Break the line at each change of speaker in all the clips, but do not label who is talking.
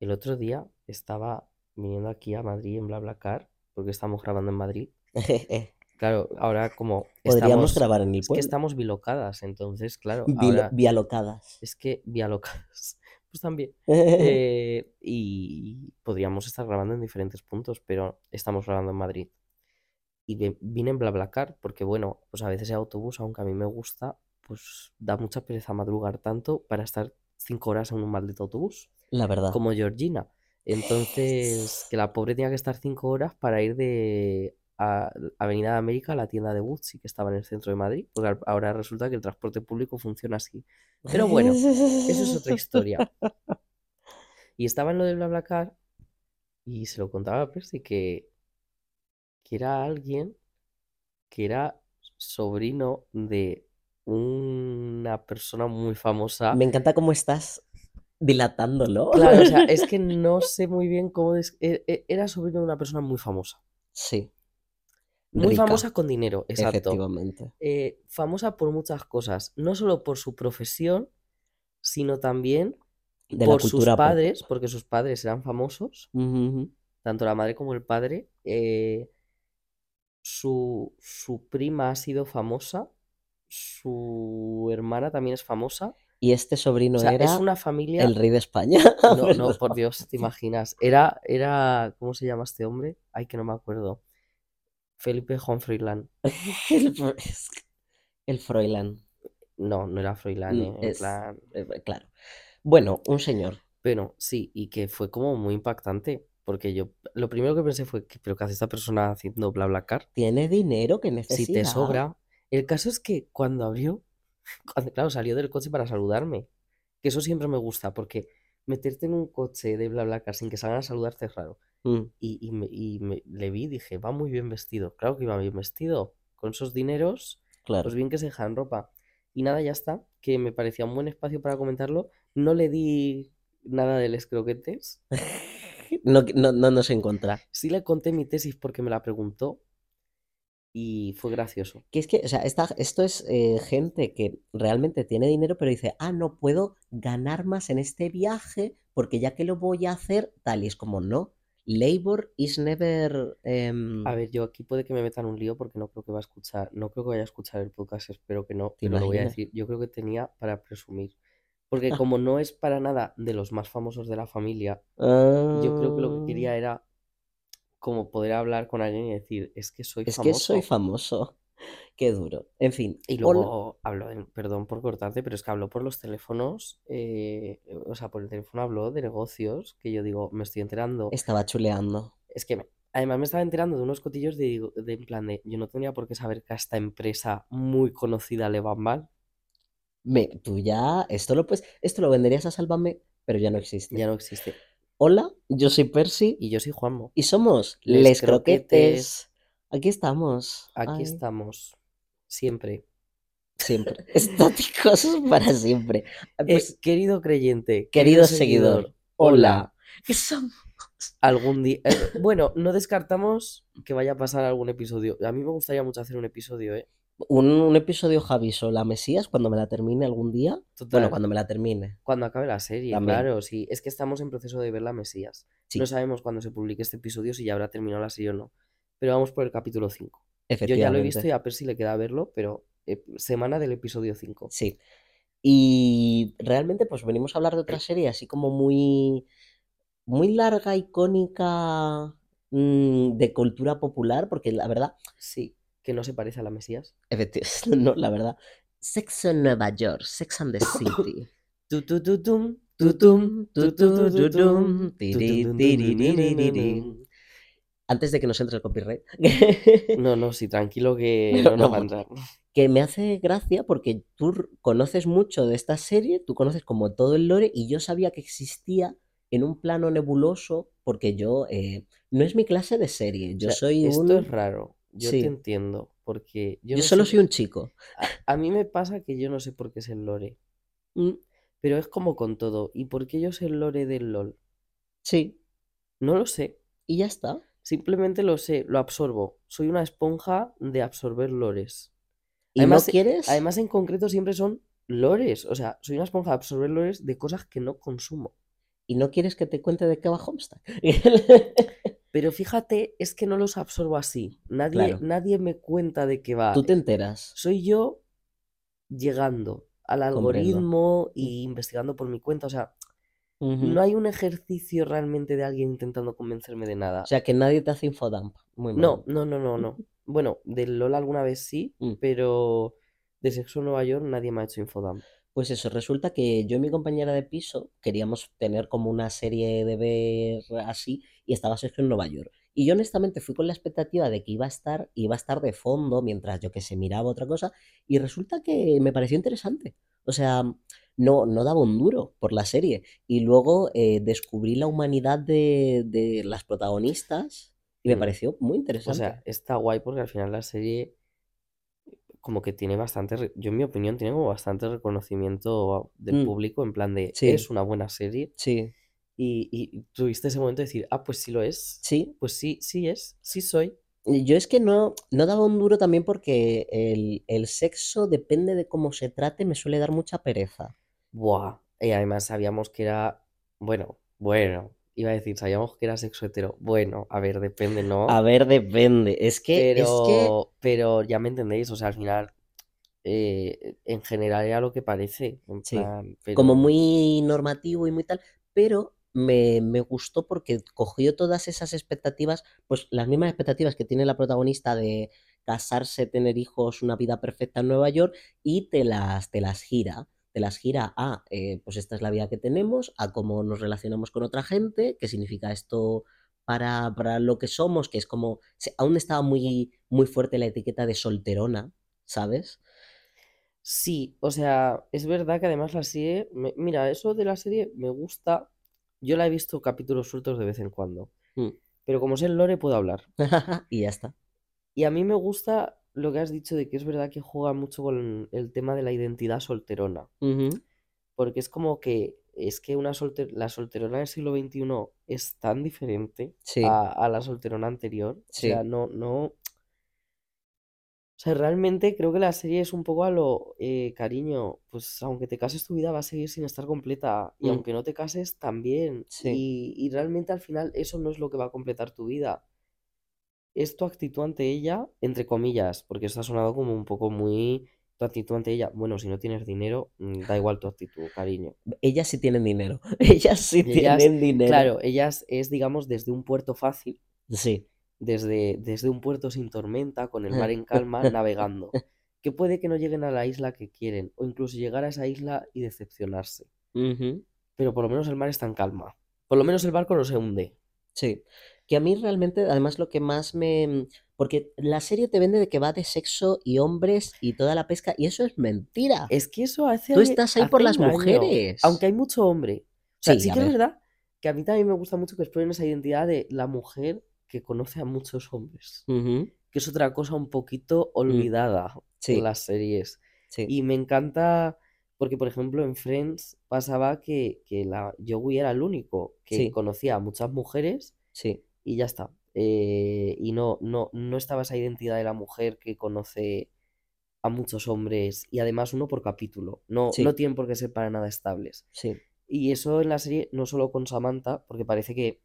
El otro día estaba viniendo aquí a Madrid en BlaBlaCar, porque estamos grabando en Madrid. Claro, ahora como
Podríamos
estamos-
grabar en el
Es que
pueblo.
estamos bilocadas, entonces, claro,
Bilo-
ahora
Bialocadas.
es que bialocadas. Pues también. Eh, y podríamos estar grabando en diferentes puntos, pero estamos grabando en Madrid. Y vi- vine en BlaBlaCar porque, bueno, pues a veces el autobús, aunque a mí me gusta, pues da mucha pereza madrugar tanto para estar cinco horas en un maldito autobús,
La verdad.
como Georgina. Entonces, que la pobre tenía que estar cinco horas para ir de a- Avenida de América a la tienda de Gucci, que estaba en el centro de Madrid, porque al- ahora resulta que el transporte público funciona así. Pero bueno, eso es otra historia. Y estaba en lo de BlaBlaCar y se lo contaba a Percy que, que era alguien que era sobrino de una persona muy famosa.
Me encanta cómo estás dilatándolo.
¿ah? Claro, o sea, es que no sé muy bien cómo... des- e- e- Era sobrino de una persona muy famosa.
Sí.
Muy
Rica,
famosa con dinero, exacto.
Efectivamente.
Eh, famosa por muchas cosas, no solo por su profesión, sino también
De la
por sus
cultura pop.
padres, porque sus padres eran famosos.
Ujú.
tanto la madre como el padre. eh, su, su prima ha sido famosa, su hermana también es famosa.
Y este sobrino
o sea,
era
es una familia.
el rey de España.
No, no,
Perdón.
por Dios, te imaginas. Era, era, ¿cómo se llama este hombre? Ay, que no me acuerdo. Felipe Juan Froilán.
El, Fro- es que- el Froilán.
No, no era Froilán,
Mm,
eh, en
es-
plan-
eh, Claro. Bueno, un señor.
Pero sí, y que fue como muy impactante, porque yo lo primero que pensé fue, que, ¿pero qué hace esta persona haciendo bla bla car?
Tiene dinero que necesita.
si te sobra. El caso es que cuando abrió, cuando, claro, salió del coche para saludarme. Que eso siempre me gusta, porque meterte en un coche de BlaBlaCar sin que salgan a saludarte es raro.
Mm,
Y, y me- y me- le vi y dije, va muy bien vestido. Claro que iba bien vestido. Con esos dineros,
claro.
pues bien que se dejan ropa. Y nada, ya está. Que me parecía un buen espacio para comentarlo. No le di nada de los croquetes.
Eh. No, no, no nos encuentra.
Sí le conté mi tesis porque me la preguntó. Y fue gracioso.
Que es que, o sea, esta, esto es eh, gente que realmente tiene dinero, pero dice, ah, no puedo ganar más en este viaje porque ya que lo voy a hacer, tal y es como no. Labor is never. em,
A ver, yo aquí puede que me metan un lío porque no creo que va a escuchar, no creo que vaya a escuchar el podcast, espero que no,
¿Te
pero lo voy a
imaginas?
decir. Yo creo que tenía para presumir. Porque como no es para nada de los más famosos de la familia, yo creo que lo que
ah,
quería era como poder hablar con alguien y decir, es que soy
Es que soy
famoso.
famoso. Qué duro. En fin.
Y
hola-
luego habló, en- perdón por cortarte, pero es que habló por los teléfonos, eh, o sea, por el teléfono habló de negocios, que yo digo, me estoy enterando.
Estaba chuleando.
Es que me- además me estaba enterando de unos cotillos de, digo- de en plan de yo no tenía por qué saber que a esta empresa muy conocida le van mal.
Me, tú ya, esto lo pues, esto lo venderías a Sálvame, pero ya no existe.
Ya no existe.
Hola, yo soy Percy
Y yo soy Juanmo.
y somos
Les
Les,
Croquetes.
croquetes. Aquí estamos.
Aquí
ay,
estamos. Siempre.
Siempre. Estáticos para siempre. Ah,
Eh,
Pues,
querido creyente.
querido seguidor, hola. ¿Qué somos?
Algún día. bueno, no descartamos que vaya a pasar algún episodio. A mí me gustaría mucho hacer un episodio, ¿eh?
Un, un episodio Javi la Mesías cuando me la termine algún día.
Total.
Bueno, cuando me la termine.
Cuando acabe la serie,
También.
claro, sí. Es que estamos en proceso de ver la Mesías.
Sí.
No sabemos cuándo se publique este episodio, si ya habrá terminado la serie o no. Pero vamos por el capítulo 5. Yo
Efectivamente.
ya lo he visto y a Percy le queda verlo, pero eh, semana del episodio 5.
Sí. Y realmente pues venimos a hablar de otra serie así como muy, muy larga, icónica, mm, de cultura popular, porque la verdad,
Sí, que no se parece a la Mesías.
efecti- no, la verdad, Sex en Nueva York, Sex and the City.
Tu, tu, tu, tum, tu, tum, tu, tu, tu, tu, tum, tu,
tiri,
tum, tum,
tiri,
tum, tum,
tiri,
tum,
tiri.
tum.
Antes de que nos entre el copyright,
No, no, sí, tranquilo que
No,
no nos
no,
va a entrar.
que me hace gracia porque tú r- conoces mucho de esta serie, tú conoces como todo el lore y yo sabía que existía en un plano nebuloso porque yo eh, no es mi clase de serie,
O
yo
sea,
soy un
Esto es raro. Yo
Sí.
te entiendo, porque yo,
yo
no
solo
sé-
soy un chico.
a, a mí me pasa que yo no sé por qué es el lore,
Mm,
pero es como con todo. ¿Y por qué yo sé el lore del LOL?
Sí,
No lo sé.
y ya está.
Simplemente lo sé, lo absorbo. Soy una esponja de absorber lores.
¿Y
Además, eh,
no quieres?
Además, en concreto siempre son lores. O sea, soy una esponja de absorber lores de cosas que no consumo.
y no quieres que te cuente de qué va Homestuck.
Pero fíjate, es que no los absorbo así. Nadie,
Claro.
nadie me cuenta de qué va.
Tú te enteras.
Soy yo llegando al
Comprendo. Mm.
algoritmo y investigando por mi cuenta. O sea,
Ujú.
no hay un ejercicio realmente de alguien intentando convencerme de nada.
O sea, que nadie te hace infodump. Muy mal.
No, no, no, no, no. Bueno, de LOL alguna vez sí,
Mm.
pero de Sexo en Nueva York nadie me ha hecho infodump.
Pues eso, resulta que yo y mi compañera de piso queríamos tener como una serie de ver así y estaba Sergio en Nueva York. Y yo honestamente fui con la expectativa de que iba a estar, iba a estar de fondo mientras yo que se miraba otra cosa y resulta que me pareció interesante. O sea, no, no daba un duro por la serie. Y luego eh, descubrí la humanidad de, de las protagonistas y me
Mm.
pareció muy
O
interesante.
sea, está guay porque al final la serie como que tiene bastante, re- yo en mi opinión, tiene como bastante reconocimiento del
Mm.
público en plan de
Sí.
es una buena serie
sí,
y, y tuviste ese momento de decir, ah, pues sí lo es,
sí,
pues sí, sí es, sí soy.
Y Yo es que no, no daba un duro también porque el, el sexo, depende de cómo se trate, me suele dar mucha pereza.
Buah. Y además sabíamos que era, bueno, bueno, iba a decir, sabíamos que era sexo hetero. Bueno, a ver, depende, ¿no?
A ver, depende. Es que, es que,
Pero, pero ya me entendéis, o sea, al final, eh, en general era lo que parece, en
Sí,
plan,
como
pero...
muy normativo y muy tal, pero me, me gustó porque cogió todas esas expectativas, pues las mismas expectativas que tiene la protagonista de casarse, tener hijos, una vida perfecta en Nueva York, y te las, te las gira. Te las gira a, eh, pues esta es la vida que tenemos, a cómo nos relacionamos con otra gente, qué significa esto para, para lo que somos, que es como, se- aún estaba muy, muy fuerte la etiqueta de solterona, ¿sabes?
Sí, o sea, es verdad que además la serie, me- mira, eso de la serie me gusta, yo la he visto capítulos sueltos de vez en cuando,
Mm.
pero como sé el lore puedo hablar.
Y ya está.
Y a mí me gusta lo que has dicho de que es verdad que juega mucho con el tema de la identidad solterona,
Ujú.
porque es como que es que una solte- la solterona del siglo XXI es tan diferente
Sí,
a, a la solterona anterior, o sea,
sí.
no, no, O sea, realmente creo que la serie es un poco a lo, eh, cariño, pues aunque te cases tu vida va a seguir sin estar completa y
Mm,
aunque no te cases también.
sí,
Y, y realmente al final eso no es lo que va a completar tu vida. Es tu actitud ante ella, entre comillas, porque eso ha sonado como un poco muy tu actitud ante ella. Bueno, si no tienes dinero, mm, da igual tu actitud, cariño.
ellas sí tienen dinero, ellas sí
Y ellas,
tienen dinero.
claro, ellas es, digamos, desde un puerto fácil,
Sí,
desde, desde un puerto sin tormenta, con el mar en calma, navegando, que puede que no lleguen a la isla que quieren, o incluso llegar a esa isla y decepcionarse.
Ujú,
Pero por lo menos el mar está en calma. Por lo menos el barco no se hunde.
sí. Que a mí realmente, además, lo que más me... Porque la serie te vende de que va de sexo y hombres y toda la pesca, y eso es mentira.
Es que eso
Tú
hace,
estás ahí por
hace
las
engaño, aunque
mujeres.
hay mucho hombre. O sea,
Sí,
sí
a
que es
ver.
verdad que a mí también me gusta mucho que exploren esa identidad de la mujer que conoce a muchos hombres,
Ujú,
que es otra cosa un poquito
mm,
olvidada en
sí,
las series.
sí.
Y me encanta porque, por ejemplo, en Friends pasaba que, que la Joey era el único que
Sí,
conocía a muchas mujeres
sí.
y ya está. Eh, y no, no, no estaba esa identidad de la mujer que conoce a muchos hombres y además uno por capítulo. No, no
Sí,
tienen por qué ser para nada estables.
sí.
Y eso en la serie no solo con Samantha, porque parece que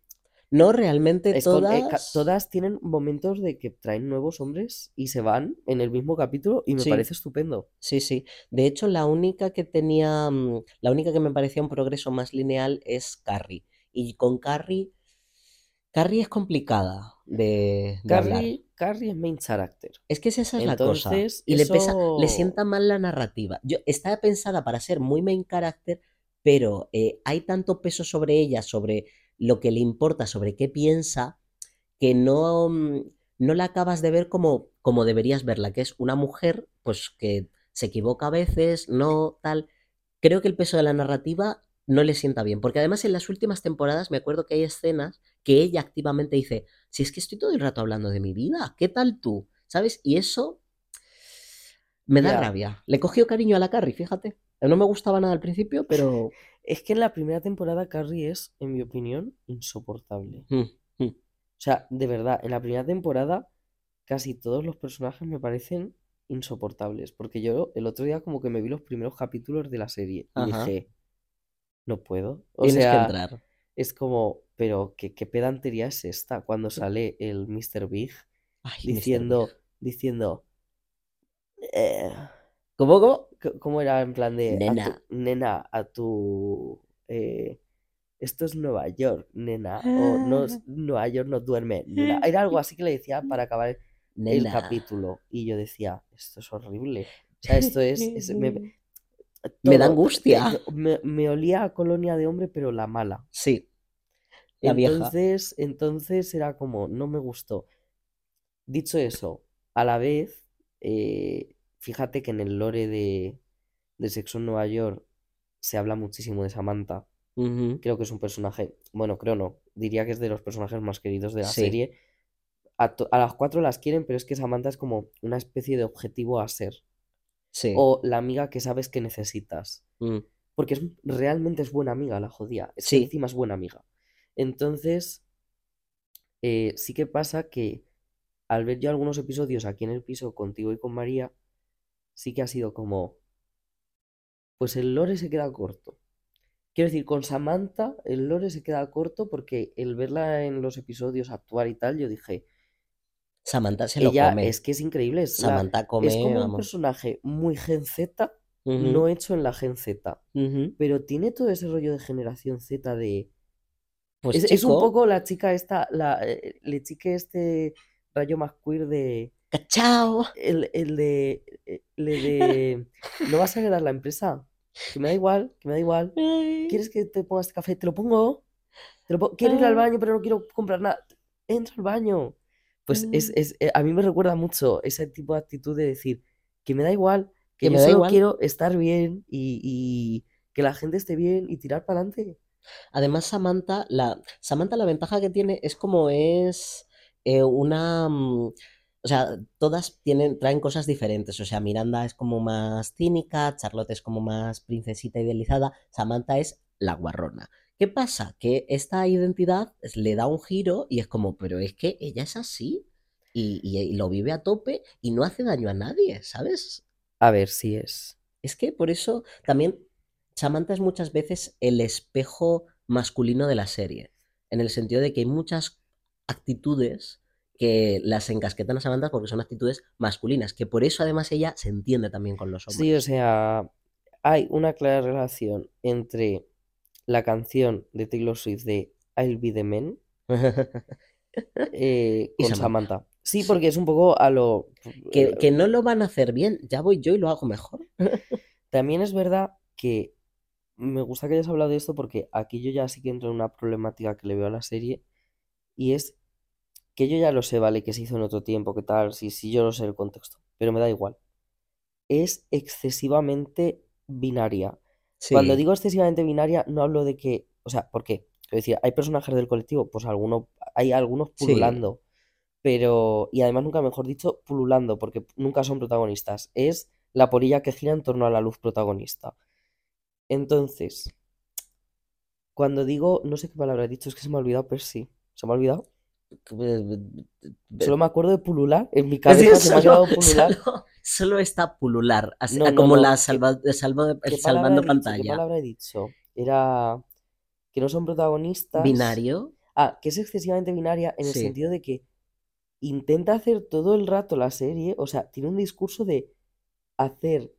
No, realmente
es con, eh, ca-
todas...
todas tienen momentos de que traen nuevos hombres y se van en el mismo capítulo y me
Sí.
parece estupendo.
Sí, sí. De hecho, la única que tenía, mm, la única que me parecía un progreso más lineal es Carrie. Y con Carrie, Carrie es complicada de, de hablar.
Carrie, Carrie es main character.
Es que es- esa es la cosa.
Entonces,
Y le pesa, le
eso...
sienta mal la narrativa. Yo, está pensada para ser muy main character, pero eh, hay tanto peso sobre ella, sobre lo que le importa, sobre qué piensa, que no, mm, no la acabas de ver como, como deberías verla, que es una mujer, pues que se equivoca a veces, no tal. Creo que el peso de la narrativa no le sienta bien, porque además en las últimas temporadas me acuerdo que hay escenas que ella activamente dice, si es que estoy todo el rato hablando de mi vida, ¿qué tal tú? ¿Sabes? Y eso me da
Ya.
rabia. Le cogió cariño a la Carrie, fíjate. No me gustaba nada al principio, pero...
Es que en la primera temporada Carrie es, en mi opinión, insoportable.
mm, mm,
O sea, de verdad, en la primera temporada casi todos los personajes me parecen insoportables. Porque yo el otro día como que me vi los primeros capítulos de la serie y
Ajá.
dije, no puedo. O
Tienes que
sea,
entrar.
Es como, pero ¿qué, qué pedantería es esta? Cuando sale el Mr. Big
Ay, Mr. Big.
diciendo, diciendo, eh,
¿Cómo, cómo?
c- ¿cómo era en plan de, a tu-
Nena.
nena, a tu, eh, esto es Nueva York, nena, o no,
Ah.
es- Nueva York no duerme, nena. Era algo así que le decía para acabar el- el
Nena.
capítulo y yo decía, esto es horrible. O sea, esto es, es- me,
Me da
todo-
angustia.
eh, Me, me olía a colonia de hombre, pero la mala.
Sí. La vieja.
Entonces, entonces era como, no me gustó. Dicho eso, a la vez, eh, fíjate que en el lore de, de Sexo en Nueva York se habla muchísimo de Samantha.
Ujú.
Creo que es un personaje, bueno, creo no, diría que es de los personajes más queridos de la
Sí.
serie. A, to- a las cuatro las quieren, pero es que Samantha es como una especie de objetivo a ser.
Sí.
O la amiga que sabes que necesitas.
Mm.
Porque es, realmente es buena amiga la jodía. Es que
Sí.
encima es buena amiga. Entonces, eh, sí que pasa que al ver yo algunos episodios aquí en el piso contigo y con María, sí que ha sido como, pues el lore se queda corto. Quiero decir, con Samantha el lore se queda corto porque el verla en los episodios actuar y tal, yo dije,
Samantha se lo
ella
come.
es que es increíble. Es, la-
Samantha come,
es como un
vamos.
personaje muy Gen Z,
Ujú,
no hecho en la Gen Z
ujú.
pero tiene todo ese rollo de generación Z de...
Pues
Es, es un
chico,
poco la chica esta, la, eh, le chique este rayo más queer de...
¡Cachao!
El, el de... eh, le de... No vas a quedar la empresa. Que me da igual, que me da igual. ¿Quieres que te ponga este café? Te lo pongo. Te lo po- quiero ir al
Ah.
baño, pero no quiero comprar nada. Entra al baño. Pues es,
Ah.
es- eh, a mí me recuerda mucho ese tipo de actitud de decir que me da igual, que,
Que
yo
me da
solo
igual.
quiero estar bien y, y que la gente esté bien y tirar para adelante.
Además, Samantha, la, Samantha, la ventaja que tiene es como es eh, una. mm, O sea, todas tienen, traen cosas diferentes. O sea, Miranda es como más cínica, Charlotte es como más princesita idealizada, Samantha es la guarrona. ¿Qué pasa? Que esta identidad es- le da un giro y es como, pero es que ella es así y, y- y lo vive a tope y no hace daño a nadie, ¿sabes?
A ver si es.
Es que por eso también Samantha es muchas veces el espejo masculino de la serie, en el sentido de que hay muchas actitudes que las encasquetan a Samantha porque son actitudes masculinas, que por eso además ella se entiende también con los hombres.
Sí, o sea, hay una clara relación entre la canción de Taylor Swift de I'll Be the Man eh,
Y
con
Samantha.
Samantha. Sí,
Sí.
porque es un poco a lo... eh,
que, que no lo van a hacer bien, ya voy yo y lo hago mejor.
También es verdad que me gusta que hayas hablado de esto porque aquí yo ya sí que entro en una problemática que le veo a la serie y es que yo ya lo sé, vale, que se hizo en otro tiempo, que tal, sí, sí, yo lo sé el contexto, pero me da igual. Es excesivamente binaria. Cuando
Sí,
digo excesivamente binaria, no hablo de que, o sea, ¿por qué? Quiero decir, hay personajes del colectivo, pues alguno, hay algunos
Sí.
pululando, pero, y además nunca mejor dicho, pululando, porque nunca son protagonistas. Es la polilla que gira en torno a la luz protagonista. Entonces, cuando digo, no sé qué palabra he dicho, es que se me ha olvidado, pero sí, se me ha olvidado. Solo me acuerdo de pulular, en mi
Sí,
cabeza se me ha quedado
eh, solo,
pulular.
solo- solo está pulular, así-
No, no,
como
no,
la
¿qué-
salva- salva-
¿Qué palabra he dicho?
salvando
¿Qué
pantalla.
palabra he dicho? Era que no son protagonistas.
Binario.
Ah, que es excesivamente binaria en el
Sí.
sentido de que intenta hacer todo el rato la serie, o sea, tiene un discurso de hacer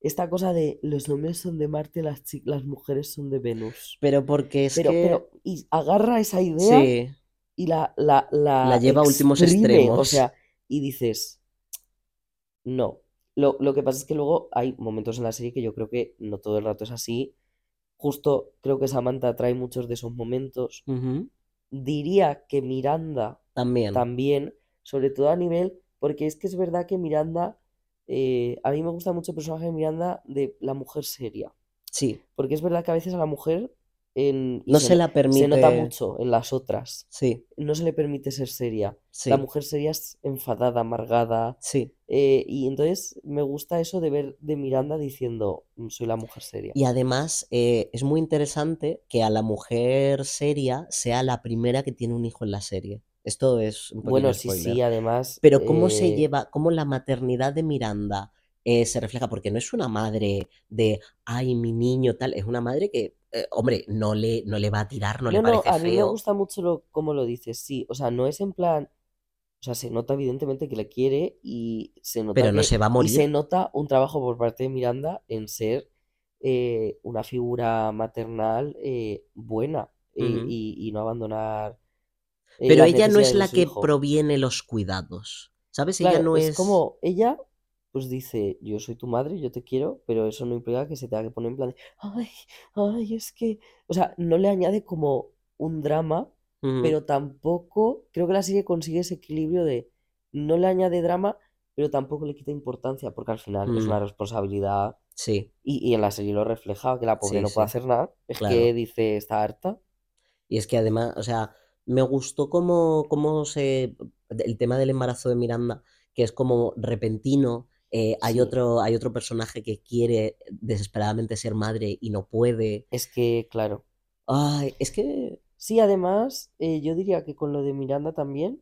esta cosa de los hombres son de Marte, las, chi- las mujeres son de Venus.
Pero porque es
Pero,
que
pero, y agarra esa idea
sí,
y la, la, la,
la lleva a últimos
exprime, O
extremos.
sea, y dices, no. Lo, lo que pasa es que luego hay momentos en la serie que yo creo que no todo el rato es así. Justo creo que Samantha trae muchos de esos momentos.
Ujú,
Diría que Miranda
También.
también, sobre todo a nivel, porque es que es verdad que Miranda, eh, a mí me gusta mucho el personaje de Miranda de la mujer seria,
Sí.
porque es verdad que a veces a la mujer en, y
No
se,
se
no-
la
se nota
permite.
mucho en las otras,
Sí,
no se le permite ser seria. La
sí,
mujer seria es enfadada, amargada,
sí.
eh, y entonces me gusta eso de ver de Miranda diciendo, "Mm, soy la mujer seria.
Y además eh, es muy interesante que a la mujer seria sea la primera que tiene un hijo en la serie. Esto es un pequeño
Bueno, sí,
spoiler.
sí, además,
Pero cómo se
eh,
lleva, cómo la maternidad de Miranda eh, se refleja, porque no es una madre de, ay, mi niño, tal, es una madre que eh, hombre, no le, no le va a tirar, no,
No,
le
no,
parece
a mí me
feo.
gusta mucho lo, cómo lo dices, sí. O sea, no es en plan. O sea, se nota evidentemente que le quiere y se nota
Pero no
que-
se va a
y se
morir.
nota un trabajo por parte de Miranda en ser eh, una figura maternal eh, buena eh,
Ujú.
y, y no abandonar eh,
Pero
las
ella no
necesidades
es
de
la
su
que
hijo.
proviene los cuidados. ¿Sabes? Ella
Claro,
no
es
es.
como ella pues dice, yo soy tu madre, yo te quiero, pero eso no implica que se tenga que poner en plan de, ay, ay, es que, o sea, no le añade como un drama,
Ujú.
pero tampoco, creo que la serie consigue ese equilibrio de, no le añade drama, pero tampoco le quita importancia, porque al final es
Mm,
una responsabilidad,
sí,
y, y en la serie lo refleja, que la pobre
sí,
no puede
sí,
hacer nada, es
claro.
que dice, está harta,
Y es que además, o sea, me gustó cómo, cómo se. El tema del embarazo de Miranda, que es como repentino. eh, hay
sí,
otro, hay otro personaje que quiere desesperadamente ser madre y no puede.
es que, claro.
Ay, es que.
Eh, Sí, además, eh, yo diría que con lo de Miranda también,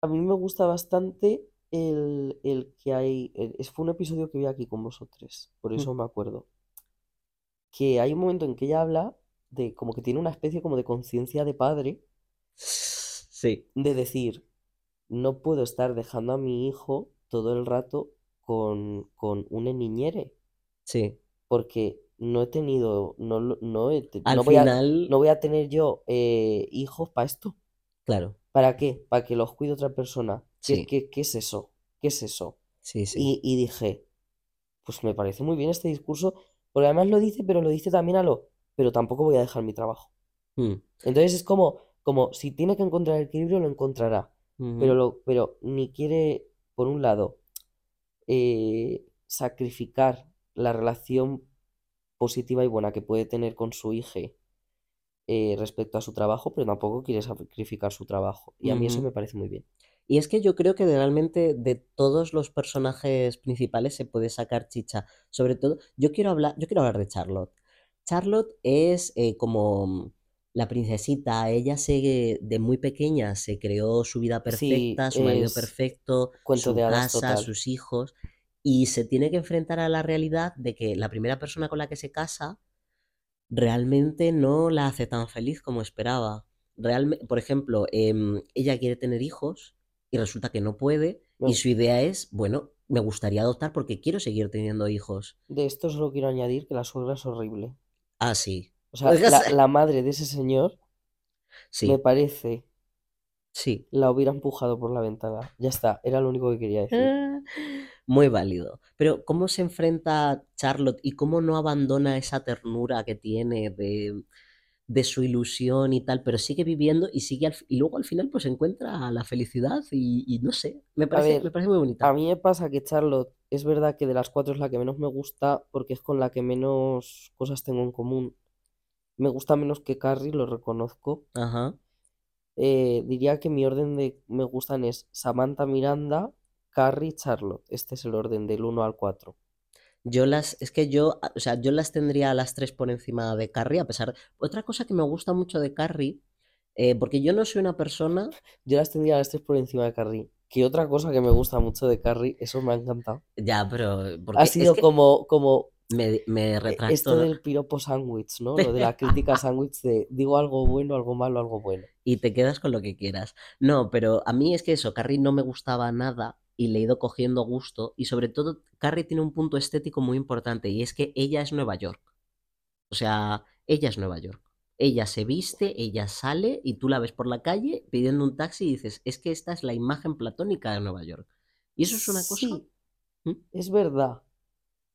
a mí me gusta bastante el, el que hay, el- es- fue un episodio que vi aquí con vosotros, por
Mm,
eso me acuerdo, que hay un momento en que ella habla de como que tiene una especie como de conciencia de padre,
Sí.
de decir, no puedo estar dejando a mi hijo todo el rato con, con una niñere,
Sí.
porque no he tenido, no, lo- no, he te-
Al
no voy a,
final,
no voy a tener yo eh, hijos para esto.
claro,
¿Para qué? Para que los cuide otra persona. ¿Qué,
sí,
qué, qué es eso? ¿Qué es eso?
sí, sí.
Y, y dije, pues me parece muy bien este discurso, porque además lo dice, pero lo dice también a lo, pero tampoco voy a dejar mi trabajo.
Mm,
Entonces es como, como si tiene que encontrar el equilibrio, lo encontrará. Pero,
ujú,
lo, pero ni quiere, por un lado, eh, sacrificar la relación positiva y buena que puede tener con su hija eh, respecto a su trabajo, pero tampoco quiere sacrificar su trabajo. Y a mí eso
ujú.
me parece muy bien.
Y es que yo creo que de- realmente de todos los personajes principales se puede sacar chicha. Sobre todo, yo quiero hablar, yo quiero hablar de Charlotte. Charlotte es eh, como la princesita, ella se, de muy pequeña se creó su vida
Sí,
perfecta, su marido
es
perfecto,
cuento
su
de hadas
casa,
total.
sus hijos, y se tiene que enfrentar a la realidad de que la primera persona con la que se casa realmente no la hace tan feliz como esperaba. Realme- por ejemplo, em, ella quiere tener hijos y resulta que no puede y
Bueno,
su idea es, bueno, me gustaría adoptar porque quiero seguir teniendo hijos.
de esto solo quiero añadir que la suegra es horrible.
Ah, sí.
O sea, la, la madre de ese señor, me
Sí,
parece,
sí.
la hubiera empujado por la ventana. Ya está, era lo único que quería decir.
Ah, Muy válido. Pero ¿cómo se enfrenta Charlotte y cómo no abandona esa ternura que tiene de, de su ilusión y tal, pero sigue viviendo y sigue al fi- y luego al final pues encuentra la felicidad y, y no sé, me
A
parece, me
ver,
parece muy bonita.
a mí me pasa que Charlotte es verdad que de las cuatro es la que menos me gusta porque es con la que menos cosas tengo en común. Me gusta menos que Carrie, lo reconozco.
Ajá.
Eh, diría que mi orden de me gustan es Samantha Miranda, Carrie, Charlotte. Este es el orden del 1 al 4.
Yo las, es que yo, a- o sea, yo las tendría a las tres por encima de Carrie, a pesar. Otra cosa que me gusta mucho de Carrie, eh, porque yo no soy una persona,
Yo las tendría a las tres por encima de Carrie. Que otra cosa que me gusta mucho de Carrie, eso me ha encantado,
ya, pero eh,
ha
porque es
sido
que
como, como
me, me
eh, esto
retracto
del piropo sándwich, ¿no? Lo de la crítica sándwich de digo algo bueno, algo malo, algo bueno.
y te quedas con lo que quieras. No, pero a mí es que eso, Carrie no me gustaba nada y le he ido cogiendo gusto y sobre todo Carrie tiene un punto estético muy importante y es que ella es Nueva York. O sea, ella es Nueva York. Ella se viste, ella sale y tú la ves por la calle pidiendo un taxi y dices, es que esta es la imagen platónica de Nueva York. Y eso es una cosa...
Sí,
¿Mm?
es verdad,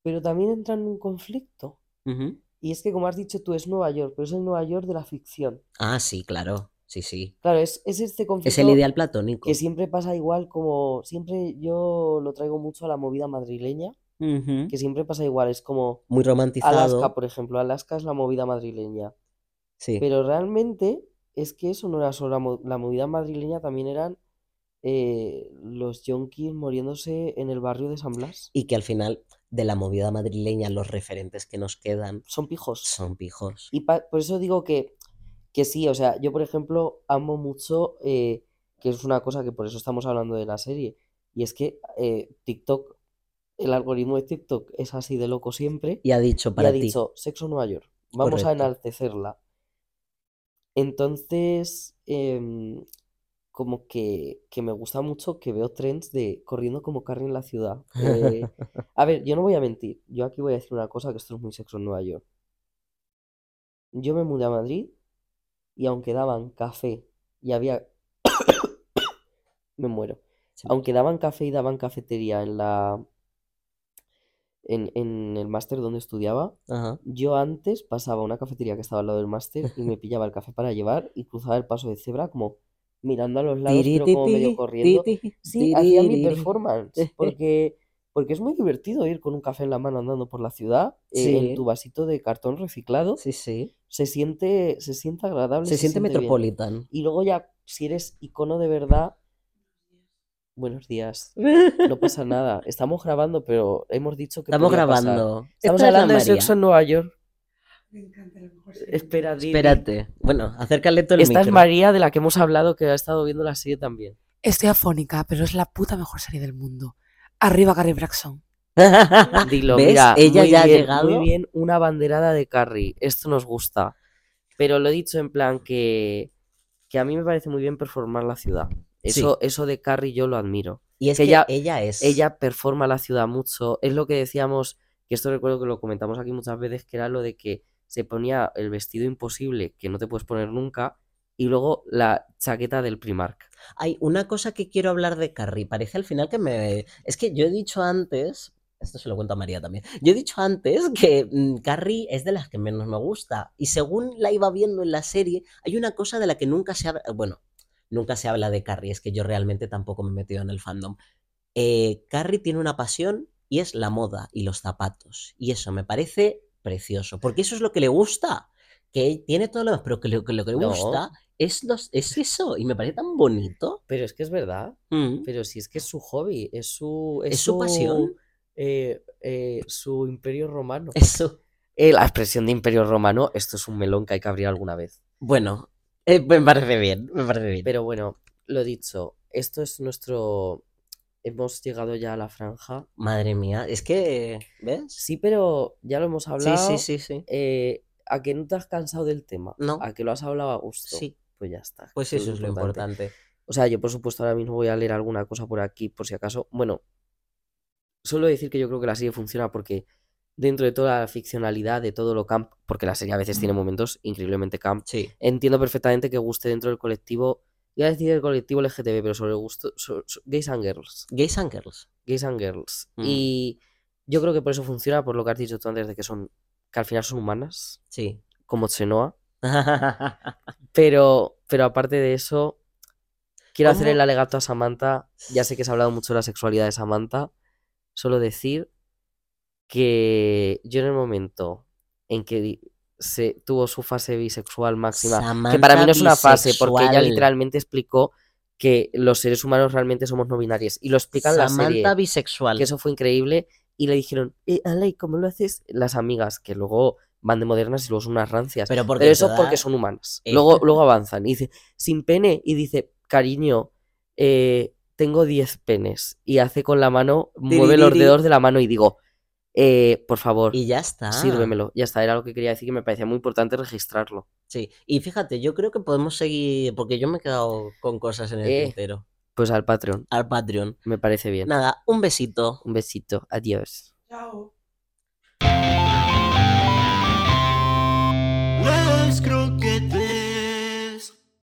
pero también entra en un conflicto.
Ujú.
Y es que, como has dicho tú, es Nueva York, pero es el Nueva York de la ficción.
Ah, sí, claro, sí, sí.
Claro, es, es este
Es el
conflicto
ideal
que
platónico.
siempre pasa igual como, siempre yo lo traigo mucho a la movida madrileña,
Ujú.
que siempre pasa igual, es como
Muy
Alaska,
romantizado,
por ejemplo, Alaska es la movida madrileña.
sí.
Pero realmente es que eso no era solo la, mo- la movida madrileña, también eran eh, los yonkis muriéndose en el barrio de San Blas.
Y que al final de la movida madrileña los referentes que nos quedan
Son pijos.
son pijos.
Y pa- por eso digo que, que sí, o sea, yo por ejemplo amo mucho, eh, que es una cosa que por eso estamos hablando de la serie, y es que eh, TikTok, el algoritmo de TikTok es así de loco siempre,
Y ha dicho
y ha
para ti,
dicho, sexo Nueva York. vamos a
Correcto.
enaltecerla. Entonces, em, como que, que me gusta mucho que veo trends de corriendo como carne en la ciudad. Eh, a ver, yo no voy a mentir. Yo aquí voy a decir una cosa, que esto es muy sexo en Nueva York. Yo me mudé a Madrid y aunque daban café y había... Me muero.
Sí.
Aunque daban café y daban cafetería en la... en, en el máster donde estudiaba,
Ajá.
yo antes pasaba a una cafetería que estaba al lado del máster y me pillaba el café para llevar y cruzaba el paso de cebra como mirando a los lados, pero como medio
Tirititiri,
corriendo.
titi,
Sí, hacía mi
tiririri.
performance, porque, porque es muy divertido ir con un café en la mano andando por la ciudad, eh, en tu
Sí,
vasito de cartón reciclado,
sí, sí.
se siente, se siente agradable,
Se
se
siente
siente bien.
metropolitan.
Y luego ya, si eres icono de verdad, buenos días. No pasa
Estamos
nada. Estamos grabando, pero hemos dicho que podía pasar.
grabando.
Estamos
Esto es la
hablando de sexo
María.
en Nueva York. Espera, Didi.
Espérate. Bueno, acércale todo el
Esta es
micro.
María de la que hemos hablado, que ha estado viendo la serie también.
Estoy afónica, pero es la puta mejor serie del mundo. Arriba Gary Braxton.
Dilo,
Ah, ¿Ves?
mira,
Ella
muy
ya ha
bien, muy
llegado.
bien, una banderada de Carrie. Esto nos gusta. Pero lo he dicho en plan que, que a mí me parece muy bien performar la ciudad. Eso, eso de Carrie yo lo admiro.
Y es
que
que
ella-
ella, es.
Ella performa la ciudad mucho. Es lo que decíamos, que esto recuerdo que lo comentamos aquí muchas veces, que era lo de que se ponía el vestido imposible que no te puedes poner nunca y luego la chaqueta del Primark.
Hay una cosa que quiero hablar de Carrie. Parece al final que me. Es que yo he dicho antes. Esto se lo cuento a María también. Yo he dicho antes que mm, Carrie es de las que menos me gusta. Y según la iba viendo en la serie, hay una cosa de la que nunca se habla. Bueno, nunca se habla de Carrie. Es que yo realmente tampoco me he metido en el fandom. Eh, Carrie tiene una pasión y es la moda y los zapatos. Y eso me parece precioso. Porque eso es lo que le gusta. Que tiene todo lo demás, pero que lo que, lo que le
No.
gusta es, los, es eso. Y me parece tan bonito.
Pero es que es verdad.
Mm,
Pero si es que es su hobby, es su, es
¿Es su pasión?
eh, eh, su imperio romano.
Eso.
Eh, la expresión de imperio romano, esto es un melón que hay que abrir alguna vez.
Bueno, eh, me parece bien, me parece bien.
Pero bueno, lo dicho, esto es nuestro... Hemos llegado ya a la franja.
Madre mía, es que, ¿ves?
Sí, pero ya lo hemos
Sí,
hablado.
sí, sí, sí.
eh, a que no te has cansado del tema.
No.
A que lo has hablado a gusto.
Sí,
Pues ya está.
pues
que Ah, es
eso es lo importante.
O sea, yo por supuesto ahora mismo voy a leer alguna cosa por aquí, por si acaso. Bueno, solo decir que yo creo que la serie funciona porque dentro de toda la ficcionalidad, de todo lo camp, porque la serie a veces tiene momentos increíblemente camp,
Sí.
entiendo perfectamente que guste dentro del colectivo, iba a decir el colectivo LGTB, pero sobre gusto, so- so- gays and girls,
Gays and girls.
gays and girls.
Mm.
Y yo creo que por eso funciona, por lo que has dicho tú antes, de que son, que al final son humanas,
Sí.
como Chenoa. Pero, pero aparte de eso, quiero hacer el
¿Cómo?
alegato a Samantha. Ya sé que se ha hablado mucho de la sexualidad de Samantha. Solo decir que yo en el momento en que di- se tuvo su fase bisexual máxima, que para mí no es una fase, porque ella
Samantha
literalmente explicó que los seres humanos realmente somos no binarios. Y lo explica en la serie,
Samantha bisexual.
que eso fue increíble. Y le dijeron, eh, ala, ¿y cómo lo haces? Las amigas, que luego van de modernas y luego son unas rancias.
Pero porque
Pero eso
todas-
porque son humanas.
Eh.
Luego, luego avanzan. Y dice, sin pene. Y dice, cariño, eh, tengo 10 penes. Y hace con la mano, mueve los
Tiririri.
dedos de la mano y digo, eh, por favor,
Y ya está.
sírvemelo. Ya está, era lo que quería decir que me parecía muy importante registrarlo.
Sí. Y fíjate, yo creo que podemos seguir, porque yo me he quedado con cosas en el
Eh.
tintero.
Pues al Patreon,
Al Patreon.
me parece bien.
Nada, un besito.
Un besito, adiós.
Chao.